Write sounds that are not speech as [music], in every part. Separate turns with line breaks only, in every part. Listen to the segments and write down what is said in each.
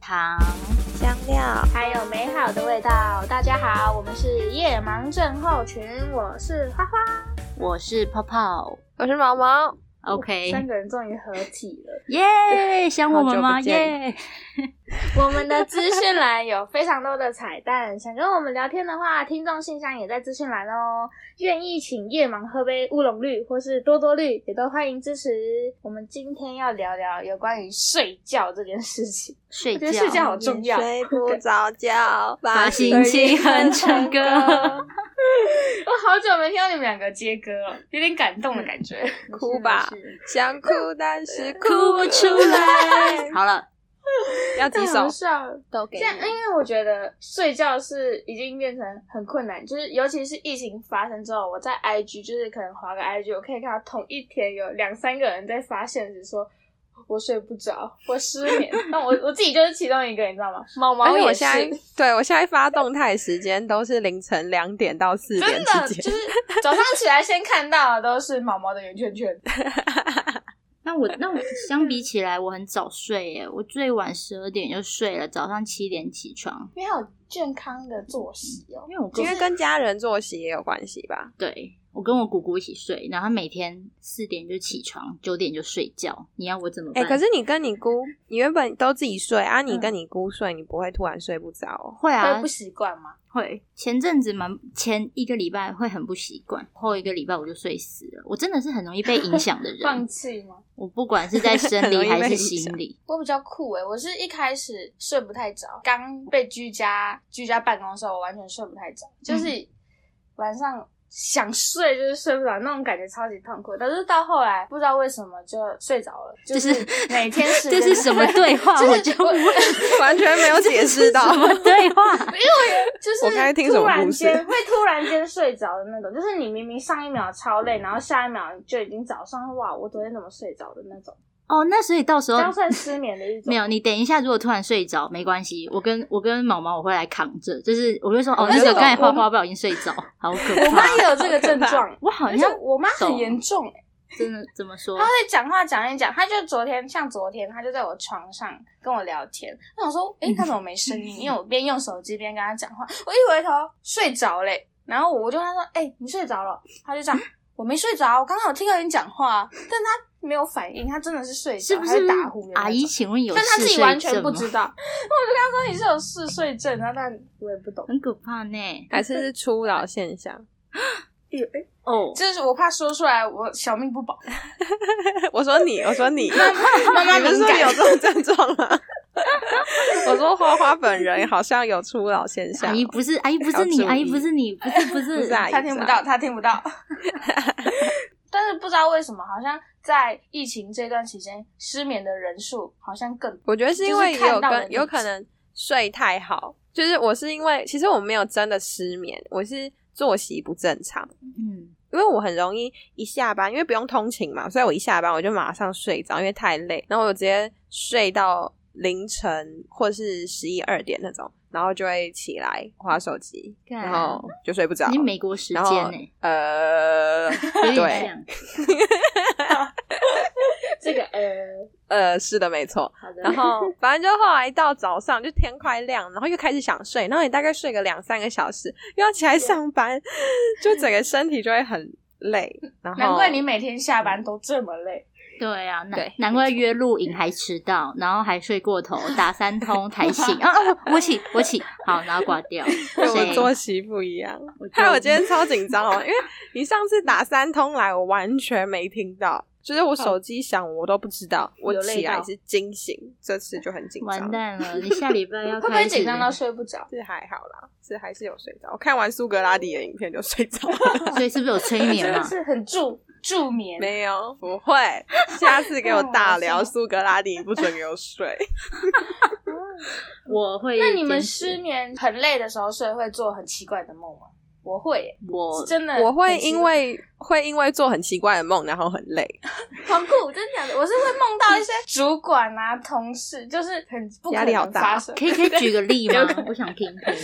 糖，
香料。
还有美好的味道。大家好，我们是夜盲症候群，我是花花。
我是泡泡。
我是毛毛，
OK，
三个人终于合体了。
耶，想我们吗？
哦好久不见
耶，
我们的资讯栏有非常多的彩蛋，想跟我们聊天的话，听众信箱也在资讯栏哦。愿意请夜盲喝杯乌龙绿或是多多绿，也都欢迎支持。我们今天要聊聊有关于睡觉这件事情。 [laughs]
睡
我觉
觉
得睡觉好重要，
睡不着觉，把
把心情哼成歌。
我好久没听到你们两个接歌了，有点感动的感觉。
[laughs] 哭吧， [laughs] 想哭但是哭
哭不出来。好了，
[laughs] 要几
太
首
好笑了
都给
这样，因
你。
为我觉得睡觉是已经变成很困难，就是尤其是疫情发生之后，我在 IG 就是可能划个 IG，我可以看到同一天有两三个人在发现时说。我睡不着，我失眠。那我我自己就是其中一个，你知道吗？毛毛
而且
哎也
我现，
是
在对我现在发动态时间都是凌晨两点到四点
真的
之
就
间。
是早上起来先看到的都是毛毛的圆圈 [laughs] 圈。
那我那我相比起来，我很早睡耶，我最晚十二点就睡了，早上七点起床，
你好健康的作息哦，
因为我
因
跟
为跟家人作息也有关系吧，
对我跟我姑姑一起睡，然后每天四点就起床，九点就睡觉。你要我怎么
哎、
办？
可是你跟你姑，你原本都自己睡啊，你跟你姑睡，你不会突然睡不着哦、 [laughs]
会啊
会不，习惯吗？
会前阵子蛮前一个礼拜会很不习惯，后一个礼拜我就睡死了。我真的是很容易被影响的
[laughs] 放
人，
弃吗？
我不管是在生
很容
理
易被
还是
影
心
响
理，
我比较酷欸诶、我是一开始睡不太着，刚被居家居家办公的时候，我完全睡不太着，就是
嗯
晚上想睡就是睡不着，那种感觉超级痛苦。但是到后来不知道为什么就睡着了，就
这
是每天时
这
间
是什么对话？
就是
我就
我
问
完全没有解释
[laughs]
到
什。么对话？
[laughs] 就是
我刚才听什么
突然
故事
间会突然间睡着的那种，就是你明明上一秒超累，然后下一秒就已经早上哇，我昨天怎么睡着的那种，
哦，那所以到时
这
候
样算失眠的一种。
没有，你等一下，如果突然睡着没关系，我跟我跟毛毛我会来扛着，就是我会说哦，那
但是
个刚才花
我
花不小心睡着，好可
我妈
怕。
也有这个症状，
我 [laughs] 好
而且
像
我妈很严重、欸，
真的怎么说
她？会讲话讲一讲，她就昨天像昨天，她就在我床上跟我聊天，那我说，
嗯
诶、她怎么没声音？因为我边用手机边跟她讲话，我一回头睡着嘞、然后我就跟她说，诶、你睡着了？她就这样，我没睡着，我刚刚有听到你讲话啊，但她没有反应，她真的是睡着，
是不
她
是
打呼的那种
阿姨？请问有
但她自
嗜
己
睡
完全
症
不
吗？
知道， [laughs] 我就跟她说你是有嗜睡症，然后但我也不懂，
很可怕呢。
还是是初老现象。
哦，
就是我怕说出来我小命不保。
[laughs] 我说
[laughs]
你，我说你，
妈妈
你不是
敏
说
感
你有这种症状
[laughs]
吗？我说花花本人好像有初老现象
阿姨，不是阿姨，不
要
是你，
注
阿姨不
意
是你，不是不
不
是
是阿姨
他听 [laughs] 不啊到，他听
[laughs]
不到。 [laughs] 但是不知道为什么，好像在疫情这段期间，失眠的人数好像更
我觉得是因为
就是
也
看
有
到了
跟有可能睡太好，就是我是因为其实我没有真的失眠，我是作息不正常。
嗯，
因为我很容易一下班，因为不用通勤嘛，所以我一下班我就马上睡着，因为太累，然后我直接睡到凌晨或是十一二点那种，然后就会起来划手机，
干
然后
啊
就睡不着。
你美国时
然
间
后
呢？
呃， [laughs]
有点
对，
像。
这个呃，
呃，是的，没错。
好的
然后反正就后来到早上就天快亮，然后又开始想睡，然后你大概睡个两三个小时，又要起来上班，就整个身体就会很累。然后
[laughs] 难怪你每天下班都这么累。
对啊，难
对
难怪约录影还迟到，然后还睡过头，打三通才
[laughs]
醒啊！啊我起，我起，好，然后挂掉。
对
谁
我作息不一样。 [laughs]
我
害我
作
今
嗯
天超紧张哦，因为你上次打三通来，我完全没听到，就是我手机响，我都不知道。我
哦有累
起来
到
是惊醒，这次就很紧
完
张。
蛋了，你下礼拜要
嗯
[laughs] 会不
开
会
始
紧张
啊
到睡不着？
是还好啦，是还是有睡着。我看完苏格拉底的影片就睡着了，
所以是不是有催眠啊
真的
嘛？
[laughs] 是很助助
啊
眠。
没有， [laughs] 哦不会。下次给我大 [laughs] 聊苏格拉底，不准给我睡。
我会。
那你们失？眠很累的时候睡会做很奇怪的梦吗？我会耶，
我
是真的很奇怪，
[laughs] 我会因为会因为做很奇怪的梦，然后很 [laughs] 累，
很酷，真的假的？我是会梦到一些主管啊、同事，就是很不可
压力好
能
大
发生。
可以可以举个例吗
有可？能
我想听听。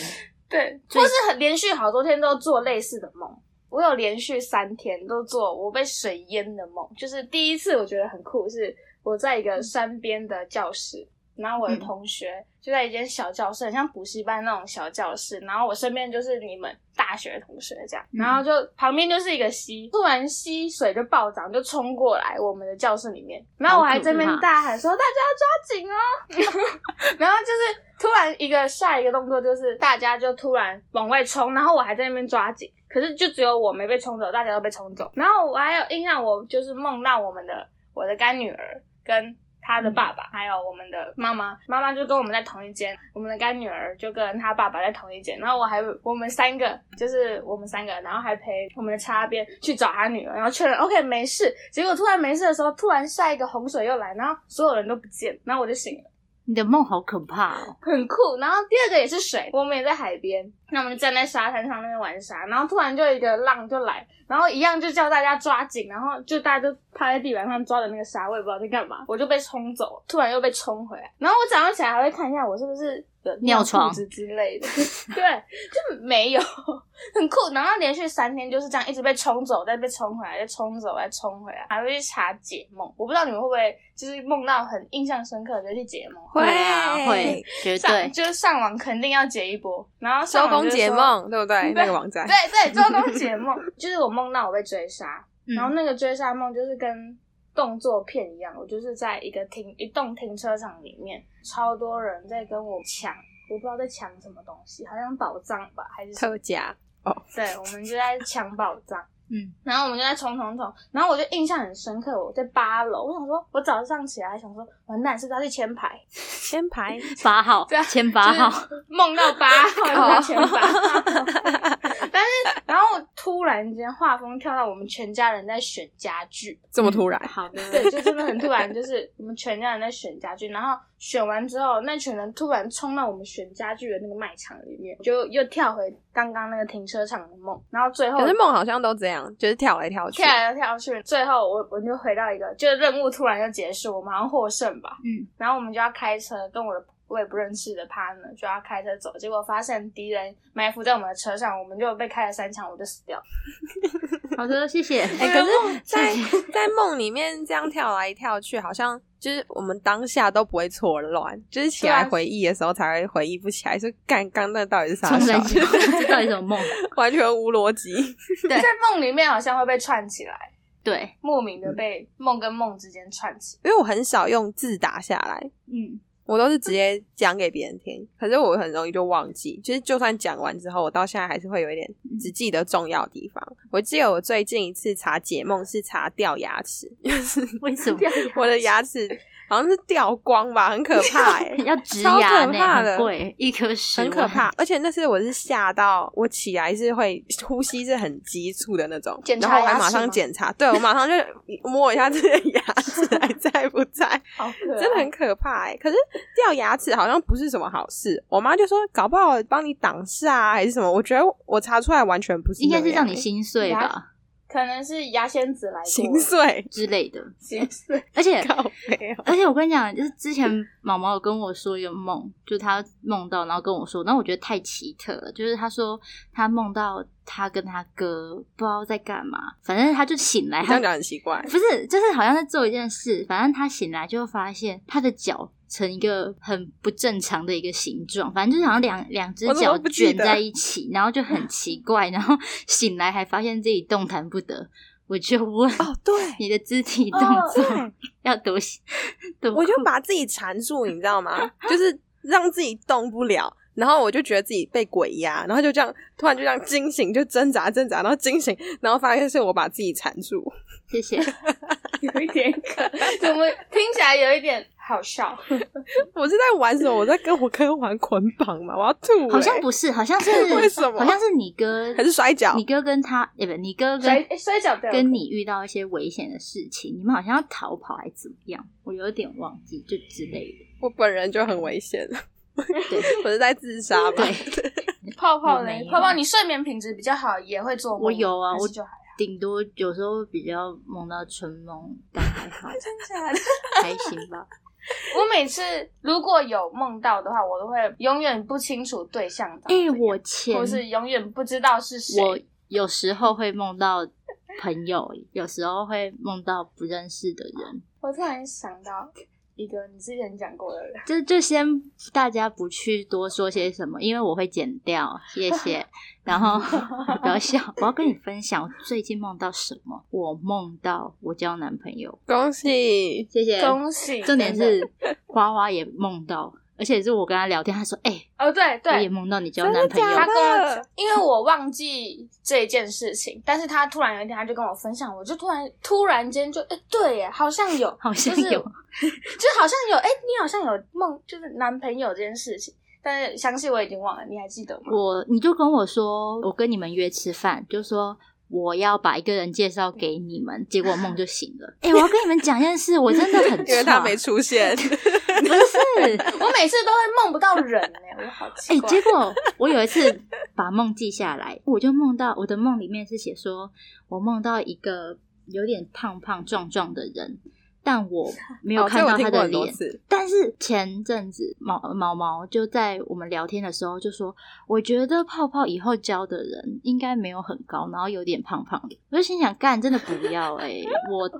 对，或是很连续好多天都做类似的梦。我有连续三天都做我被水淹的梦，就是第一次我觉得很酷，是我在一个山边的教室，然后我的
嗯
同学就在一间小教室，很像补习班那种小教室。然后我身边就是你们大学同学这样，
嗯
然后就旁边就是一个溪，突然溪水就暴涨，就冲过来我们的教室里面。然后我还这边
好可怕
大喊说：“大家要抓紧哦！”
[laughs]
然后就是突然一个下一个动作就是大家就突然往外冲，然后我还在那边抓紧，可是就只有我没被冲走，大家都被冲走。然后我还有印象，我就是梦到我们的我的干女儿跟。她的爸爸，还有我们的妈妈，妈妈就跟我们在同一间，我们的干女儿就跟她爸爸在同一间，然后我还我们三个就是我们三个，然后还陪我们的擦边去找她女儿，然后确认 OK 没事，结果突然没事的时候，突然下一个洪水又来，然后所有人都不见，然后我就醒了。
你的梦好可怕哦！
很酷。然后第二个也是水，我们也在海边，那我们就站在沙滩上那边玩沙，然后突然就有一个浪就来，然后一样就叫大家抓紧，然后就大家都趴在地板上抓着那个沙，我也不知道在干嘛，我就被冲走，突然又被冲回来。然后我早上起来还会看一下我是不是有
尿床
裤子之类的，对，就没有， [laughs] 很酷。然后连续三天就是这样，一直被冲走，再被冲回来，再冲走，再冲回来，还会去查解梦。我不知道你们会不会就是梦到很印象深刻的就去解梦。
会
啊，会，绝
哎上
对。
就是上网肯定要解一波，然后
周
上网
公
就
解
说，
梦，对不对？
对
那个网站
对，对，周公解梦， [laughs] 就是我梦到我被追杀，
嗯
然后那个追杀梦就是跟动作片一样，我就是在一个停一栋停车场里面，超多人在跟我抢，我不知道在抢什么东西，好像宝藏吧还是什么
特价，
对，我们就在抢宝藏。
嗯，
然后我们就在冲冲冲，然后我就印象很深刻，我在八楼，我想说，我早上起来还想说，完蛋，是不是要去签牌？
先排。
八号
对啊，
前八号，
就是梦到
[laughs]
八号，梦到前八号。但是，然后突然间画风跳到我们全家人在选家具，
这么突然，
好的，
对，就真的很突然，就是我们全家人在选家具，然后选完之后，那群人突然冲到我们选家具的那个卖场里面，就又跳回刚刚那个停车场的梦，然后最后
可是梦好像都这样，就是跳来 [laughs] 跳去哎
跳。来跳去，最后我我就回到一个，就是任务突然就结束，我们好像获胜吧，
嗯，
然后我们就要开车，跟我的我也不认识的 partner 就要开车走，结果发现敌人埋伏在我们的车上，我们就被开了三枪，我就死掉。
好的，谢谢。
哎、可是在， [laughs] 在梦里面这样跳来跳去，好像就是我们当下都不会错乱，就是起来
对啊
回忆的时候才会回忆不起来，说干刚那到底是啥
冲
小
三，小， [laughs] 这到底什么梦？
完全无逻辑。
对
在梦里面好像会被串起来，
对，
莫名
嗯
的被梦跟梦之间串起
因
来。
为我很少用字打下来，
嗯，
我都是直接讲给别人听，可是我很容易就忘记。就是就算讲完之后，我到现在还是会有一点
嗯
只记得重要的地方。我记得我最近一次查解梦是查掉牙齿，
为
[laughs]
什么
我的牙齿好像是掉光吧，很可怕
[laughs]
哎、
要植
超
牙
可
呢？
怕
很
的
贵，一颗十
很
万
可怕。。而且那次我是吓到，我起来是会呼吸是很急促的那种
检，查
然后我还
牙齿
马上
吗
检查，对我马上就摸一下自己的 [laughs] 牙齿还在不在，
好
啊
可爱，
真的很可怕哎、可是掉牙齿好像不是什么好事，我妈就说搞不好帮你挡煞啊还是什么，我觉得我查出来完全不是
应
那样
该
欸，
是让你心碎吧
可能是牙仙子来
[laughs]
过，
心碎，
之类的，
心碎，
而且
靠哦没
[laughs]
有。
而且我跟你讲，就是之前毛毛有跟我说一个梦，就他梦到，然后跟我说，然后我觉得太奇特了。就是他说他梦到他跟他哥不知道在干嘛，反正他就醒来，
这样
他
讲很奇怪，
不是就是好像在做一件事，反正他醒来就发现他的脚成一个很不正常的一个形状，反正就是好像两两只
我怎么
脚
不记
卷
得
在一起，然后就
[laughs]
很奇怪，然后醒来还发现自己动弹不得，我就问。
哦，对，
你的肢体动
哦
作、 [laughs] 要多多
我就
酷
把自己缠住，你知道吗？ [laughs] 就是让自己动不了，然后我就觉得自己被鬼压，然后就这样突然就这样惊醒，就挣扎挣扎，然后惊醒，然后发现是我把自己缠住，
谢谢。
有一点可，怎么听起来有一点
[laughs]
好笑？
我是在玩什么？我在跟我哥玩捆绑嘛，我要吐、欸，
好像不是，好像是
为什么
好像是你哥
还是摔跤
你哥跟他，哎也不，你哥
摔
跟
诶摔跤对
跟你遇到一些危险的事情，你们好像要逃跑还怎么样？我有点忘记，就之类
[laughs]
的。
我本人就很危险，
对
[laughs] 我是在自杀吧？
对，
泡泡
我
呢
没？有
泡泡，你睡眠品质比较好，也会做梦吗。
我有啊
还是
我
就还
顶多有时候比较梦到春梦，但还好，
好。
还行吧。
[laughs] 我每次如果有梦到的话，我都会永远不清楚对象长怎
哎、
样。
我前
或是永远不知道是谁。
我有时候会梦到朋友，有时候会梦到不认识的人。
我突然想到，一个你之前讲过的人。
就就先大家不去多说些什么，因为我会剪掉，谢谢。然
[laughs]
后不要笑，我要跟你分享我最近梦到什么。我梦到我交男朋友，
恭喜！
谢谢。
恭喜！
重点
真的
是花花也梦到，而且是我跟他聊天，他说：“哎、
哦，对
我也
对，
梦到你交
真的
男朋友。
假
他
的
跟我因为我忘记这件事情，但是他突然有一天他就跟我分享，我就突然突然间就哎、对耶，好像有，
[laughs] 好像
就是
有，
就是好像有哎、你好像有梦，就是男朋友这件事情，但是详细我已经忘了，你还记得吗？
我你就跟我说，我跟你们约吃饭，就说我要把一个人介绍给你们，结果梦就醒
[laughs]
了。哎、我要跟你们讲一件事，我真的很
因为他
差
没出现，
不是，
我每次都会梦不到人呢、我
[laughs]
好
哎、
奇怪。
结果我有一次把梦记下来，我就梦到我的梦里面是写说，我梦到一个有点胖胖壮壮的人，但我 [laughs] 没有
[laughs] 哦这
看
我
到
听
他
过
的
很多
脸。
次。
但是前阵子毛毛毛就在我们聊天的时候就说，我觉得泡泡以后交的人应该没有很高，然后有点胖胖的。我就心想，干，真的不要哎、
[laughs]
我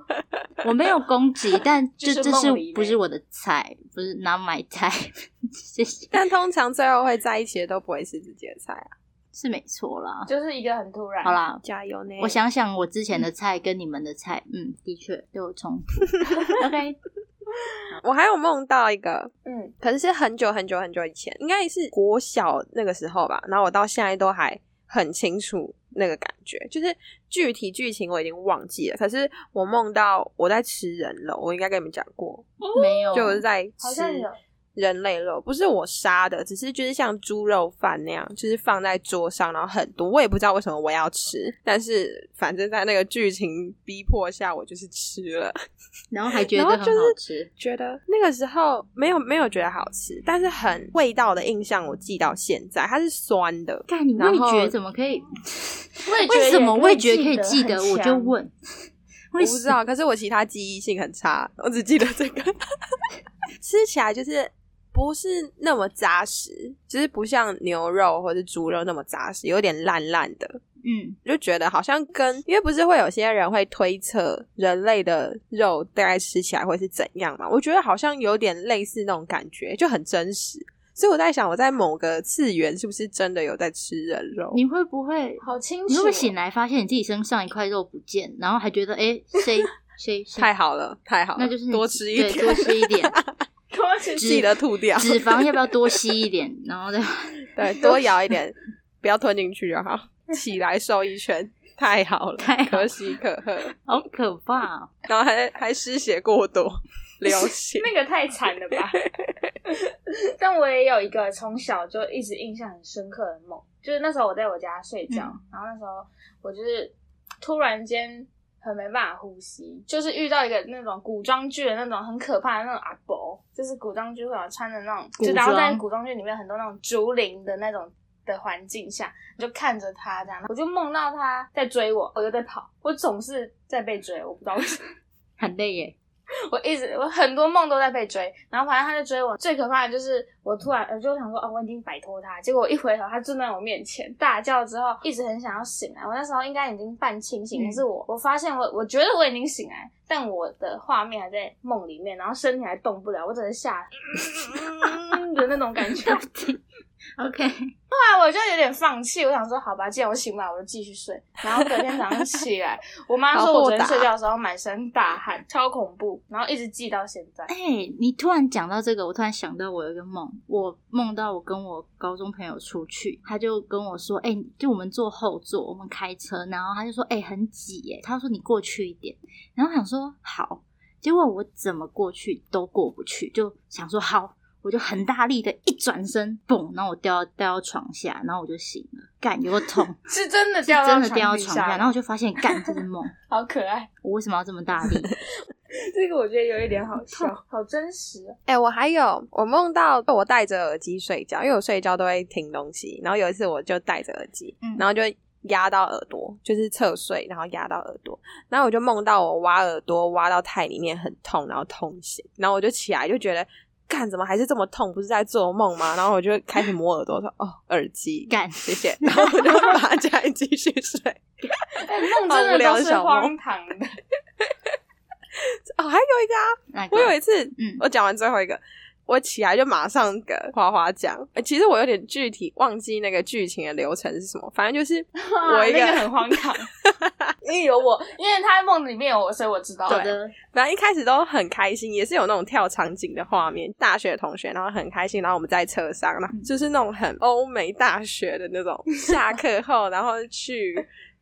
我没有攻击，但就
就是
这
梦
是
里
不
嘞
是我的菜，不是 not my 菜， [laughs] 谢谢，
但通常最后会在一起的都不会是自己的菜啊，
是没错啦。
就是一个很突然。
好，啦，
加油呢！
我想想我之前
嗯
的菜跟你们的菜，嗯，的
[laughs]
确都有冲突。OK， [laughs]
我还有梦到一个，
嗯，
可是是很久很久很久以前，应该是国小那个时候吧。然后我到现在都还很清楚那个感觉，就是具体剧情我已经忘记了。可是我梦到我在吃人肉，我应该跟你们讲过，
没有，
就我是在
好像
吃
有
人类肉，不是我杀的，只是就是像猪肉饭那样，就是放在桌上，然后很多，我也不知道为什么我要吃，但是反正在那个剧情逼迫下，我就是吃了。
然后还觉得
然后
很
就
好
是
吃。
觉得那个时候没有没有觉得好吃，但是很味道的印象我记到现在，它是酸的。
干，你
然
味
后
觉怎么可
[laughs]
以？
味觉
为什么
也
味觉可以记
得
得？
很
我就
强
问，
我
为
不
什
知道，可是我其他记忆性很差，我只记得这个。 [laughs] 吃起来就是不是那么扎实，就是不像牛肉或者猪肉那么扎实，有点烂烂的。
嗯，
就觉得好像跟，因为不是会有些人会推测人类的肉大概吃起来会是怎样嘛？我觉得好像有点类似那种感觉，就很真实。所以我在想，我在某个次元是不是真的有在吃人肉？
你会不会？
好清楚哦。
你会不会醒来发现你自己身上一块肉不见，然后还觉得哎，
[laughs]
谁谁谁
太好了，太好了，
那就是你
多吃一
对多
点，
吃一点，
[laughs] 恭喜
只
[laughs] 记得吐掉，
脂肪要不要多吸一点？然后再
[laughs] 对，多咬一点，不要吞进去就好。起来瘦一
[laughs]
圈，太好了，
太好
可喜可贺。
好可怕哦！
然后还还失血过多，流
[laughs]
血。
那个太惨了吧！ [laughs] 但我也有一个从小就一直印象很深刻的梦，就是那时候我在我家睡觉，
嗯
然后那时候我就是突然间很没办法呼吸，就是遇到一个那种古装剧的那种很可怕的那种阿伯，就是古装剧会有穿的那种，就
古
然后在
装
古装剧里面很多那种竹林的那种。的环境下，你就看着他这样，我就梦到他在追我，我又在跑，我总是在被追，我不知道为什么。
很累
[laughs]
耶，
我一直我很多梦都在被追，然后反正他就追我。最可怕的就是我突然我就想说哦，我已经摆脱他，结果我一回头，他正在我面前大叫之后，一直很想要醒来。我那时候应该已经半清
嗯
醒，可是我我发现我我觉得我已经醒来，但我的画面还在梦里面，然后身体还动不了，我只是吓的那种感觉。
到底 OK，
后来我就有点放弃，我想说好吧，既然我醒不来，我就继续睡。然后隔天早上起来，我妈说我昨天睡觉的时候满身大汗，超恐怖，然后一直记到现在。
哎、你突然讲到这个，我突然想到我有一个梦，我梦到我跟我高中朋友出去，他就跟我说，哎、就我们坐后座，我们开车，然后他就说，哎、很挤耶，他说你过去一点，然后我想说好，结果我怎么过去都过不去，就想说好。我就很大力的一转身，嘣！然后我掉到掉到床下，然后我就醒了，干有个痛，
是真的
是
掉到
真的掉到
底
床
下，
下，然后我就发现，干这是梦， [laughs]
好可爱。
我为什么要这么大力？
这个我觉得有一点好笑，好真实、啊。
哎、我还有，我梦到我戴着耳机睡觉，因为我睡觉都会听东西。然后有一次我就戴着耳机，
嗯
然后就压到耳朵，就是侧睡，然后压到耳朵。然后我就梦到我挖耳朵挖到太里面很痛，然后痛醒。然后我就起来就觉得，干怎么还是这么痛？不是在做梦吗？然后我就开始摸耳朵，说哦，耳机，
干
谢谢。 [laughs] 然后我就拔起来继续睡。
哎、梦
好无
真的
聊
都
的
是
小梦
荒唐的，
哦，还有一个啊，
那个
[laughs] 我有一次，
嗯
我讲完最后一个，我起来就马上给花花讲。呃其实我有点具体忘记那个剧情的流程是什么，反正就是
哇
我一个
那很荒唐， [laughs] 因为有我，因为他在梦里面有我，所以我知道。哎
好的，
反正一开始都很开心，也是有那种跳场景的画面，大学同学，然后很开心，然后我们在车上，然后就是那种很欧美大学的那种下课后，然后去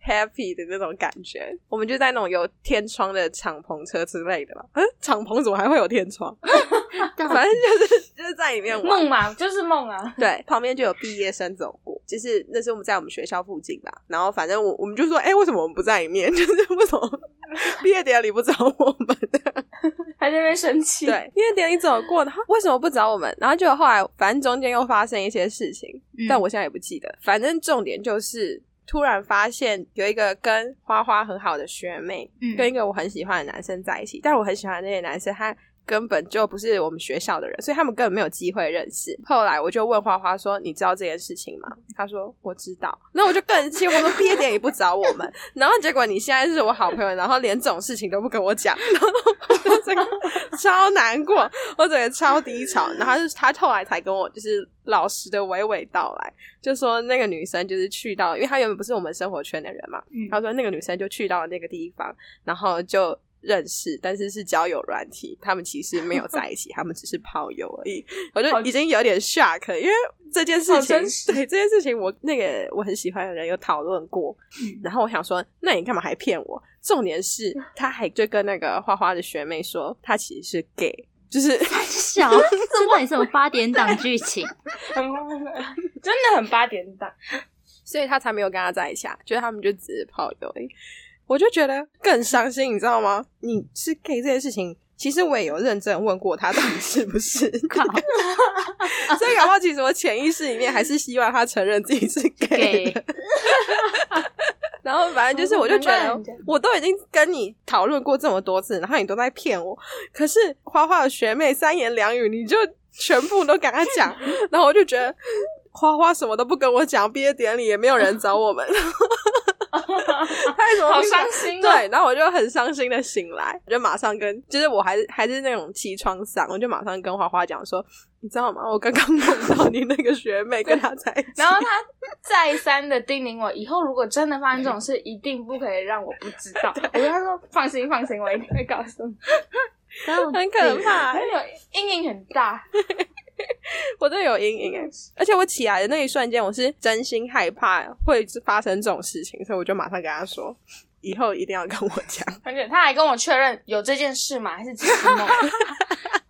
happy 的那种感觉。我们就在那种有天窗的敞篷车之类的吧，嗯，敞篷怎么还会有天窗？
但
反正就是就是在里面玩。
梦嘛，就是梦
[laughs]
啊。
对，旁边就有毕业生走过，就是那是我们在我们学校附近吧。然后反正我我们就说，哎、为什么我们不在里面？ [laughs] 就是为什么毕业典礼不找我们？ [laughs]
还在那边生气。，
对，毕业典礼走过，然后为什么不找我们？然后就后来，反正中间又发生一些事情，
嗯
但我现在也不记得。反正重点就是。突然发现有一个跟花花很好的学妹，
嗯
跟一个我很喜欢的男生在一起，但我很喜欢的那个男生，他根本就不是我们学校的人，所以他们根本没有机会认识。后来我就问花花说：“你知道这件事情吗？”他说：“我知道。”那我就更气，我说：“毕业典礼不找我们，然后结果你现在是我好朋友，然后连这种事情都不跟我讲，然后我就整个超难过，我整个超低潮。然后他就他后来才跟我就是老实的娓娓道来，就说那个女生就是去到，因为她原本不是我们生活圈的人嘛，
嗯
他说那个女生就去到那个地方，然后就。认识，但是是交友软体，他们其实没有在一
[laughs]
起，他们只是炮友而已。我就
好
已经有点 shock，因为这件事
好
情
真，实
对这件事情我，那个我很喜欢的人有讨论过，
嗯
然后我想说，那你干嘛还骗我？重点是，他还就跟那个花花的学妹说，他其实是 gay，就是
小，这到底什么八点档剧
[laughs]
情？
很真的很八点档。
所以他才没有跟他在一起啊，就是他们就只是炮友而已。我就觉得更伤心，你知道吗？你是 gay 这件事情，其实我也有认真问过他到底是不是。 [laughs]
靠
所以，然后其实我潜意识里面还是希望他承认自己是 gay 的。然后反正就是，我就觉
难怪
得
人家
我都已经跟你讨论过这么多次，然后你都在骗我。可是花花的学妹三言两语，你就全部都跟他
[laughs]
讲，然后我就觉得花花什么都不跟我讲，毕业典礼也没有人找我
[laughs]
们，
太好伤心、哦。
对，然后我就很伤心的醒来，我就马上跟，就是我还是还是那种气创伤，我就马上跟花花讲说，你知道吗？我刚刚梦到你那个学妹跟她在一起，
然后他再三的叮咛我，以后如果真的发生这种事，一定不可以让我不知道。我跟他说放心放心，我一定会告诉你。
到底
很可怕
还，有阴影很大，
我真的有阴影哎。而且我起来的那一瞬间，我是真心害怕会发生这种事情，所以我就马上跟他说，以后一定要跟我
[laughs]
讲。
而且他还跟我确认有这件事吗？还是只是梦？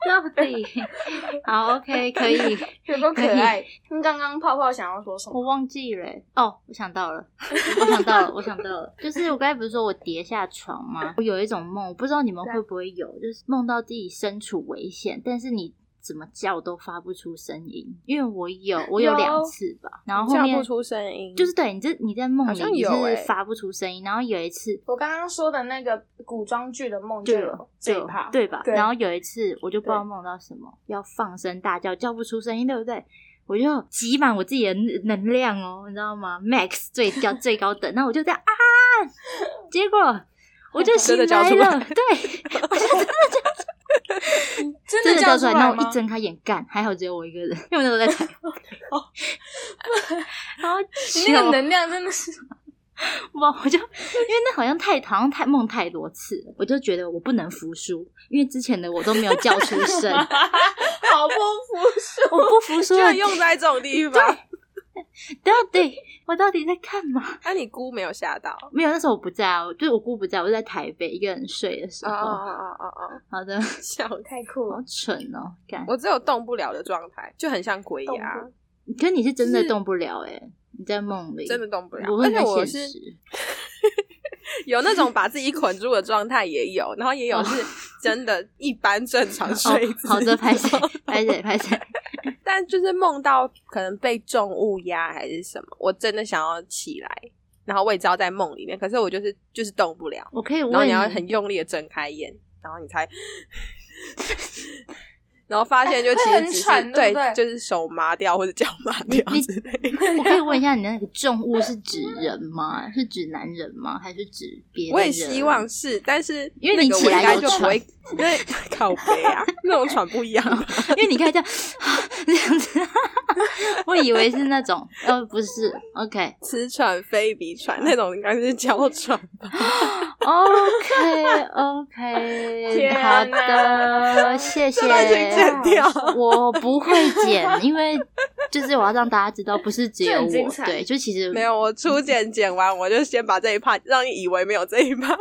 到底好 OK
[laughs]
可以，
有多可爱！跟刚刚泡泡想要说什么？
我忘记了欸哦，我想到了，我想到了，我想到了，就是我刚才不是说我跌下床吗？我有一种梦，我不知道你们会不会有，就是梦到自己身处危险，但是你。怎么叫都发不出声音，因为我有我有
有
两次吧，然后后
叫
面
不出声音，
就是对你这你在梦
好
里
像
你
有欸
是发不出声音，然后有一次
我刚刚说的那个古装剧的梦就
对
有这一趴，
对吧？
对
然后有一次我就不知道
对
梦到什么，要放声大叫，叫不出声音，对不对？我就挤满我自己的能能量哦，你知道吗？max 最高最高等，那我就这样啊，结果我就醒来
真的叫出
了，
来
对，我就
真
真
的
的
叫
叫
出
出来，然
来
后
吗
一？睁开眼，干，还好只有我一个人，因为我那时候在采访， [laughs] 然后
你那
就
个能量真的是
哇！我就因为那好像太好像太梦太多次了，我就觉得我不能服输，因为之前的我都没有叫出声，
好不服输。
我不服输
居
了
然，用在这种地方。
到底我到底在干嘛？
那、啊你姑没有
[laughs]
吓到？
没有，那时候我不在啊，就是我姑不在，我在台北一个人睡的时
哦
候。
哦哦哦哦，
好的，好
笑死！
太酷了！
蠢哦，干！
我只有动不了的状态，就很像鬼啊压
动，
可是你是真的
就是
动不了哎、你在梦里
真的动不了
不。
而
会
且
在
我
现
是
实。
有那种把自己捆住的状态也有，然后也有是真的一般正常
哦
睡姿。
好
[laughs]
的，拍谁？拍谁？拍谁？
但就是梦到可能被重物压还是什么，我真的想要起来，然后我也知道在梦里面，可是我就是就是动不了，
我可以
然后
问
你要很用力的睁开眼，然后你才 [laughs] 然后发现就其实
会很
只 [laughs] 是
喘对不对
就是手麻掉或者脚麻掉
你
之类的。
我可以问一下，你那个重物是指人吗？是指男人吗？还是指别人？
我也希望是，但是
因为
那
你
个
起
我应
来
该
有
就不
喘
会， [laughs] 因为靠背啊，那种喘不一样 [laughs] 吧。
[laughs] 因为你看这样 [laughs] 这样子， [laughs] 我以为是那种，呃，不是，OK，OK，、
此喘非彼喘，那种应该是娇喘吧。
OK，,
天
好
哪
的，谢谢嗯
这。段请剪掉。
我不会剪，因为就是我要让大家知道，不是只
这
有
很精
我，
彩
对，就其实
没有，我初剪剪完，我就先把这一 part 让你以为没有这一 part，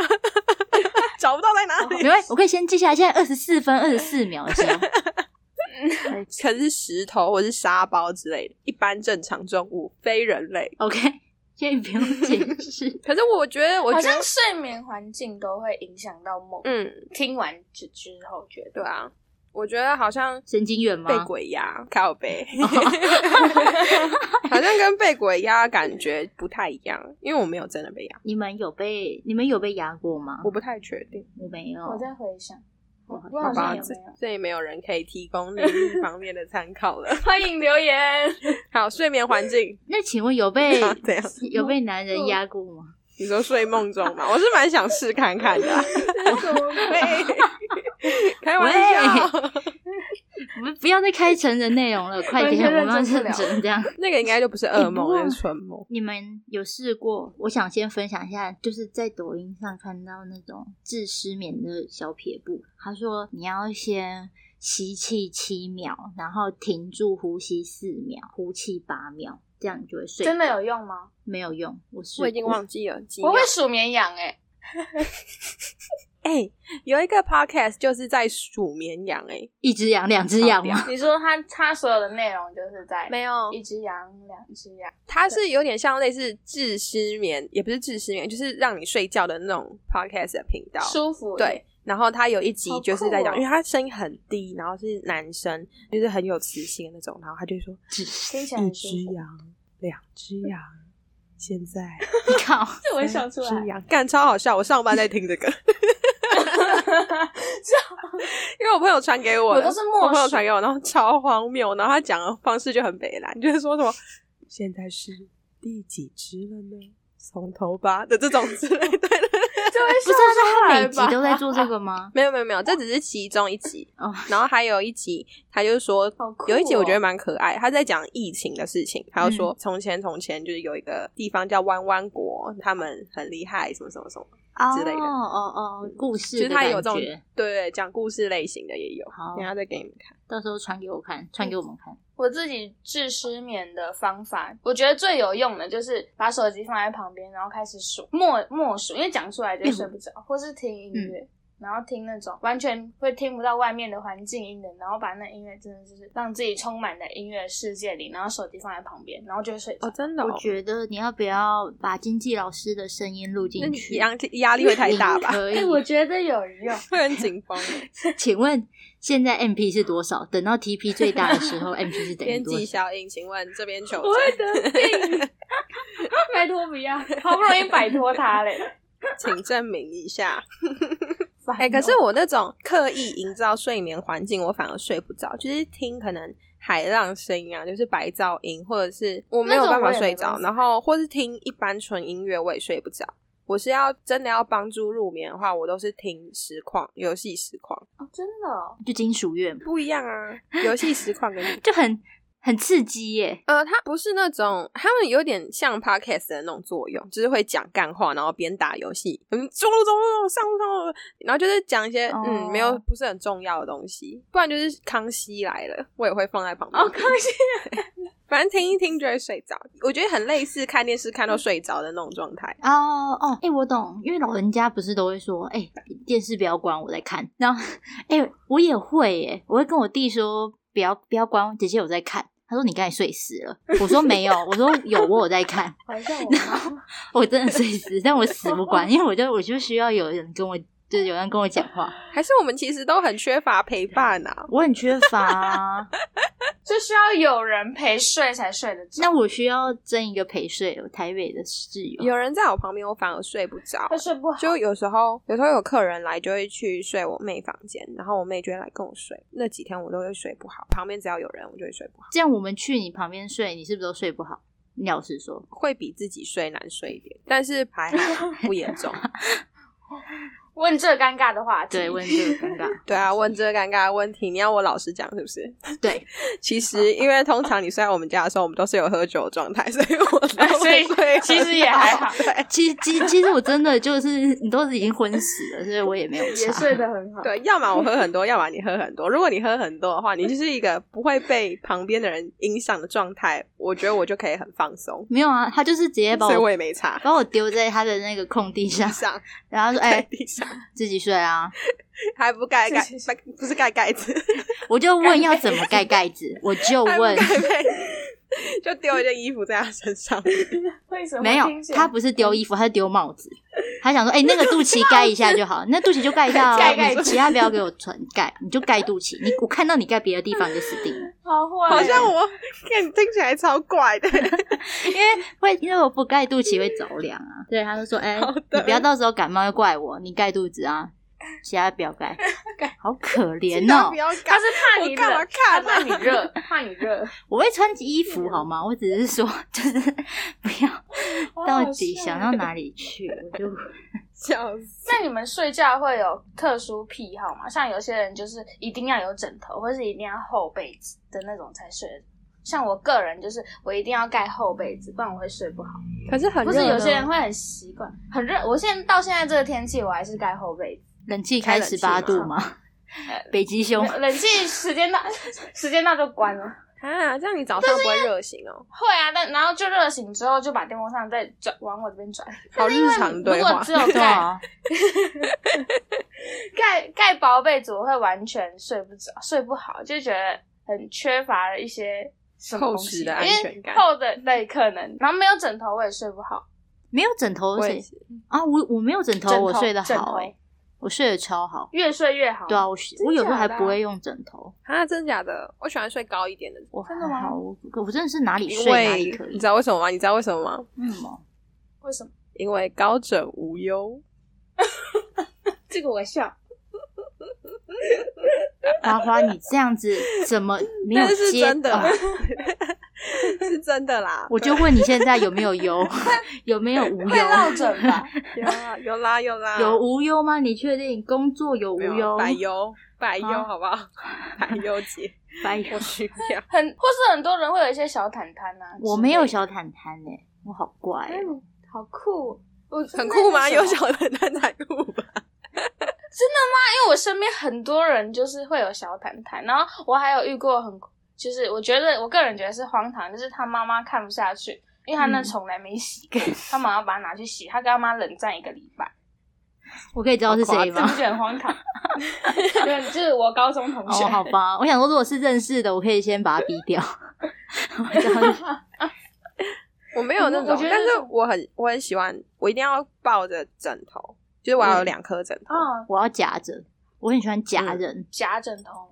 找不到在哪里
没。关系，我可以先记下来。现在二十四分二十四秒的时候，
可能是石头或是沙包之类的，一般正常重物，非人类。
OK，所以不用解释。
可是我觉得，我
好
觉
像
得，
睡眠环境都会影响到梦。
嗯，
听完之之后觉
对
得
啊，我觉得好像
神经元吗？
被鬼压，靠 [laughs] 背，好像跟被鬼压感觉不太一样，因为我没有真的被压，
你们有被你们有被压过吗？
我不太确定，
我没有，
我在回想，我
哦好
我好
吧
像有没有？
所以没有人可以提供灵异方面的参考了。 [laughs]
欢迎留言，
好，睡眠环 [laughs] 境
那请问有被
啊怎样？
有被男人压过吗？
你说睡梦中嘛，我是蛮想试看看的、 [laughs] 啊。
怎么
喂，开玩笑，
我们不要再开成人内容了，快点，
完全
我们要
认真不
认
了
真这样。
那个应该就不是噩梦，
哎不过
那是春梦。
你们有试过？我想先分享一下，就是在抖音上看到那种治失眠的小撇步，他说你要先吸气七秒，然后停住呼吸四秒，呼气八秒，这样你就会睡。
真的有用吗？
没有用？我试
我已经
过
忘记了，几
我会
秒
数绵羊哎，
哎、有一个 podcast 就是在数绵羊哎、
一只羊两只羊吗？ [laughs]
你说他他所有的内容就是在
没有
一只羊、两只羊，
它是有点像类似治失眠，也不是治失眠，就是让你睡觉的那种 podcast 的频道。
舒服
对，然后他有一集
好酷
就是在讲，
哦
因为他声音很低，然后是男生，就是很有磁性的那种，然后他就说
听起来
一
很舒
只
服。
羊，两
[laughs]
只羊，现在
你靠！
这我会笑出来，
只羊，干超好笑，我上班在听这
[laughs]
个， [laughs] 因为我朋友传给我
我
的，
都是默
我朋友
数
传给我，然后超荒谬，然后他讲的方式就很北蓝，就是说什么现在是第几只了呢？从头吧的这种之类的，
这会
不是
笑出
他
来
每集
吧？
都在做这个
[laughs]
吗？
没有没有没有，这只是其中一集，
哦，
然后还有一集，他就说、
好酷哦
有一集我觉得蛮可爱，他在讲疫情的事情，他就说、从前从前就是有一个地方叫弯弯国，他们很厉害，什么什么什么，之类的
哦哦哦，故
其
事的
实他
感
有这种
觉
对对讲故事类型的也有，
好
等一下再给你们看。
到时候传给我看，传给我们
嗯
看。
我自己治失眠的方法，我觉得最有用的就是把手机放在旁边，然后开始数默默数，因为讲出来就睡不着，或是听音乐。然后听那种完全会听不到外面的环境音的，然后把那音乐真的就是让自己充满在音乐世界里，然后手机放在旁边，然后就会睡着。
哦，真的、哦，
我觉得你要不要把经纪老师的声音录
那
进
你
去？
压压力会太大
[laughs]
吧？
可以
[laughs]
哎、。我觉得有用。
会很紧绷耶，
请问现在 MP 是多少？等到
[laughs]
TP 最大的时候，MP 是等于
编
多
辑
少？
小颖，请问这边求
[laughs] [laughs] 我会
证，
得 [laughs] 病，拜托不要，好不容易摆脱他 [laughs] 嘞。
请证明一下。
烦
哎、可是
哦
我那种刻意营造睡眠环境，我反而睡不着，就是听可能海浪声音啊，就是白噪音，或者是我没有办法睡
那种我也没
着
办，法
然后或是听一般纯音乐我也睡不着。我是要真的要帮助入眠的话，我都是听实况、游戏实况，
哦真的哦，
就金属乐嘛，
不一样啊。游戏实况跟
就很很刺激耶。
呃，它不是那种，他们有点像 podcast 的那种作用，就是会讲干话，然后边打游戏，嗯，中路中路上路上路，然后就是讲一些、嗯没有
哦
不是很重要的东西，不然就是康熙来了，我也会放在旁边。
哦康熙，
[laughs] 反正听一听就会睡着，我觉得很类似看电视看到睡着的那种状态。
哦哦，哎、我懂，因为老人家不是都会说，哎、电视不要关，我在看。然后，哎、我也会耶，我会跟我弟说，不要不要关，姐姐我在看。他说你刚才睡死
[laughs]
了，我说没有，我说有，我有在看。 [laughs]
好像我妈。
我真的睡死，但我死不管，因为我就我就需要有人跟我，就是有人跟我讲话。
[laughs] 还是我们其实都很缺乏陪伴啊，
我很缺乏啊、
[laughs] 就需要有人陪睡才睡得着，
那我需要争一个陪睡，我台北的室
嗯
友。
有人在我旁边，我反而睡不着
会。睡不好。
就有时候，有时候有客人来，就会去睡我妹房间，然后我妹就会来跟我睡。那几天我都会睡不好，旁边只要有人，我就会睡不好，
这样我们去你旁边睡，你是不是都睡不好？你老实说，
会比自己睡难睡一点，但是还好不严
[laughs]
重。
问这尴尬的话题，
对，问这个尴尬。
对啊，问这个尴尬的问题，你要我老实讲是不是？
对，
其
[laughs]
实因为通常你睡在我们家的时候，我们都是有喝酒的状态，所以我都
哎所以
会睡
其实也
很
还好
对
其实，其其实我真的就是你都已经昏死了，所以我也没有
也
差。
睡得很好。
[laughs] 对，要么我喝很多，要么你喝很多。如果你喝很多的话，你就是一个不会被旁边的人影响的状态，我觉得我就可以很放松，
没有啊，他就是直
哎
接把
所以
我
我也没差。
把我丢在他的那个空地上，
上
然后说：“ [laughs] 哎、
盖地上
自己睡啊。
还不盖盖
是是，
不不是盖盖子，”
我就问要怎么盖盖子，我就
还不
问
盖被子，就丢一件衣服在他身上。
为什么
没有
听起，来
他不是丢衣服，他是丢帽子。他想说：“哎、那个肚脐盖一下就好，那肚脐就盖一下哦，
盖盖
你其他不要给我全盖，你就盖肚脐。你我看到你盖别的地方你就死定了。”
好坏哦？
好像我看听起来超怪的，
因为会因为我不盖肚脐会着凉啊。对，他就说：“哎、
好的
你不要到时候感冒又怪我，你盖肚子啊，其他不要盖。
盖”
好可
其
怜
他
哦
不！要
他
盖
是。怕你
我干嘛
冷，
看
他
啊
怕你热，怕你热，
我会穿衣服好吗？我只是说，就是不要到底想
要
到哪里去，我就
笑死！
那你们睡觉会有特殊癖好吗？像有些人就是一定要有枕头，或是一定要厚被子的那种才睡得着。像我个人就是我一定要盖厚被子，不然我会睡不好。
可是很啊
不是有些人会很习惯，很热。我现在到现在这个天气，我还是盖厚被子。
冷气开
开冷
十
气
八
嘛
度嘛，北极熊
没有冷气时间到， [laughs] 时间到就关了。
啊，这样你早上不会热醒哦，
会啊，但然后就热醒之后就把电风扇再转往我这边转。
好日常对
如果
话
只。有
对
盖
啊，
盖盖薄被子，我会完全睡不着，睡不好，就觉得很缺乏了一些什么东
厚实
西，
的安全感
因为厚的对可能，然后没有枕头我也睡不好，
没有枕头
我也
谁
是，
啊？我我没有枕头，
枕头
我睡得
枕
好
头
哎、我睡得超好。
越睡越好。
对啊，，我我有时候还
假的啊
不会用枕头，
啊，真的假的？我喜欢睡高一点的，
我
真的
还
吗
好，我我真的是哪里
因
睡哪
为
里可以嗯
你知。道为什么吗？你知道为什么吗？
为什么？
为什么？
因为高枕无忧。
这个
[laughs]
我笑，
花花，你这样子怎么没有
但是
接？
真的
啊
啦， [laughs] 是真的啦。
我就问你现在有没有忧？ [laughs] 有没有无
[laughs] 会
忧？
落枕吧？
有啦有啦有啦，
有无忧吗？你确定工作有无
啊没有啊
忧？
百忧百忧
啊
好不好？ [laughs] 百忧姐，
白忧
[laughs] 我需要。
很，或是很多人会有一些小毯毯啊。
我没有，小毯毯呢、我好怪哦、
嗯，好酷，我
[laughs] 很酷吗？有
小，
小的蛋才酷吧？
因为我身边很多人就是会有小毯毯，然后我还有遇过很，就是我觉得我个人觉得是荒唐，就是他妈妈看不下去，因为他那
嗯
从来没洗过，他马上把它拿去洗，他跟他妈冷战一个礼
[laughs]
拜，
我可以知道是谁
这
吗
不？觉得很荒唐？对，就是我高中同
哦
学，，
好吧，我想说，如果是认识的，我可以先把它逼掉。 [laughs] 我知道是
[laughs] 我没有那
我
种
觉，得
但
那
是
种
我很我很喜欢，我一定要抱着枕头，就是我要
嗯
有两颗枕头，
嗯，
我要夹着，我很喜欢夹
嗯
人。
夹枕头，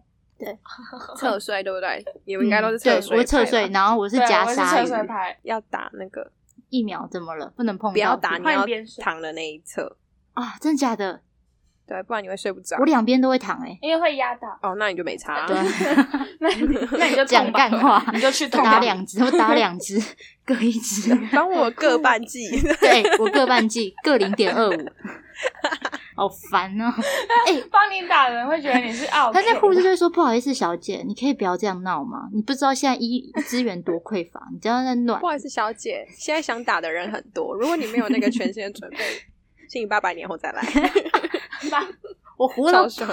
侧睡对不对？你们应该都是
嗯对
侧睡派吧，啊
我侧睡，嗯然后我是夹
对我是
鲨
侧
鱼。
睡派，
要打那个，
一秒怎么了？不能碰到？
不要打你
换
要
边睡
躺的那一侧，
啊！真假的？
对，啊不然你会睡不着
我。两边都会躺哎、
因为会压到，
[laughs]
哦，那你就没差。
对，
那你那你就
讲
痛吧
干话
你就去痛吧
打两只，我打两只， [laughs] 各一
[laughs]
只。
[laughs] 帮我各半季，
对我各半季，各零点二五，好烦哦、
帮你打人会觉得你是奥，
[laughs] 他在护士就会说：“不好意思，小姐，你可以不要这样闹吗？你不知道现在医资源多匮乏，你这样在乱
[laughs] 不。好意思，小姐，现在想打的人很多，如果你没有那个全新
[laughs]
的准备，请你八百年后再来。
吧， [laughs]
我活
到
了
时候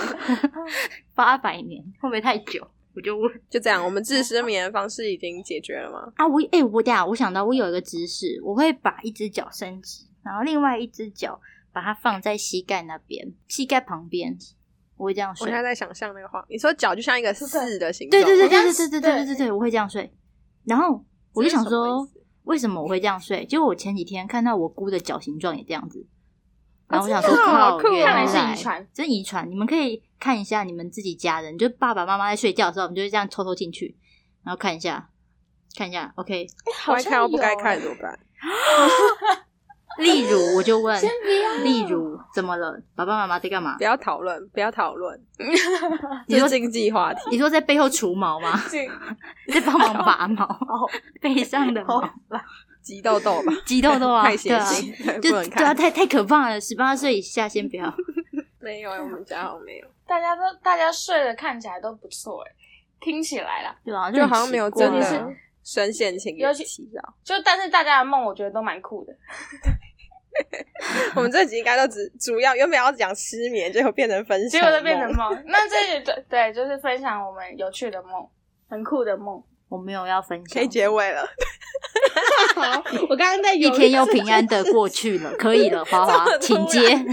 八百年，会不会太久？”我就问
就这样，我们
哦
治失眠的方式已经解决了吗？
啊，我哎、我等一下我想到我有一个姿势，我会把一只脚伸直，然后另外一只脚把它放在膝盖那边，膝盖旁边，我会这样
我
睡
现。在在想象那个画，你说脚就像一个四的形状
对
吗，
对对对
我
对
刚
对对对对对对，我会这样睡。然后我就想说，为什么我会这样睡？结果我前几天看到我姑的脚形状也这样子，然后我想说，
真的哦好
靠，
酷哦
原
看来是遗传，
真遗传。你们可以看一下你们自己家人，就爸爸妈妈在睡觉的时候，你就这样偷偷进去，然后看一下，看一下，OK。
我
好
还
像
看到不该
有
看
欸
怎么办？
例如，我就问，
欸先不要。
[laughs] 例如怎么了？爸爸妈妈在干嘛
不？要讨论，不要讨论，
[laughs] 你
这
说
是经济
[laughs]
话题。
你说在背后除毛
[laughs]
吗？
这
在帮忙拔毛，
好，
背上的毛
好，挤痘痘吧，
激动的啊，
太血
对啊，
腥，
就
不能
对啊，
看。
太太可怕了，十八岁以下先不要。
没有欸，我们家好像没有，
大家都大家睡的看起来都不错哎、听起来啦，
对啊，
就
很
好像没有
奇怪
真
尤
的
其
深陷情
尤
人
其
其扰。
就但是大家的梦我觉得都蛮酷的，
我们这集应该都只主要原本要讲失眠，结果变成分享
结
梦，
果都变成梦。 [laughs] 那这对对，就是分享我们有趣的梦，很酷的梦。
我没有要分
可
享
以。结尾了。
我刚刚在
一天又平安的过去了，可以了，花花，
[laughs] 这么
请
突
接 [laughs]
然。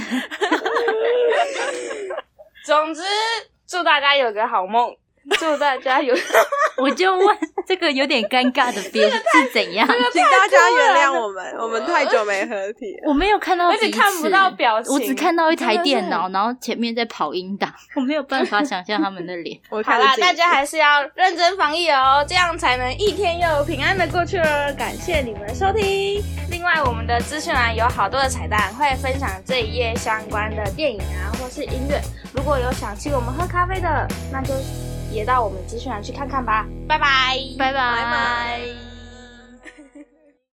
总之，祝大家有个
[laughs]
好梦，祝大家 [laughs] 有。
我就问这个有点尴尬的
[laughs]
边是怎样？
请大家原谅我们，我们太久没合体了。
我没有看到
而且
彼此，
看不到表情
我只看到一台电
真的
脑，然后前面在跑音档，我没有办法想象他们的脸。
我
好
看
啦，
得见
大家还是要认真防疫哦，这样才能一天又平安的过去了。感谢你们收听。另外，我们的资讯栏有好多的彩蛋，会分享这一页相关的电影啊，或是音乐。如果有想请我们喝咖啡的，那就也到我们资讯栏去看看吧。拜拜，
拜拜。
拜拜。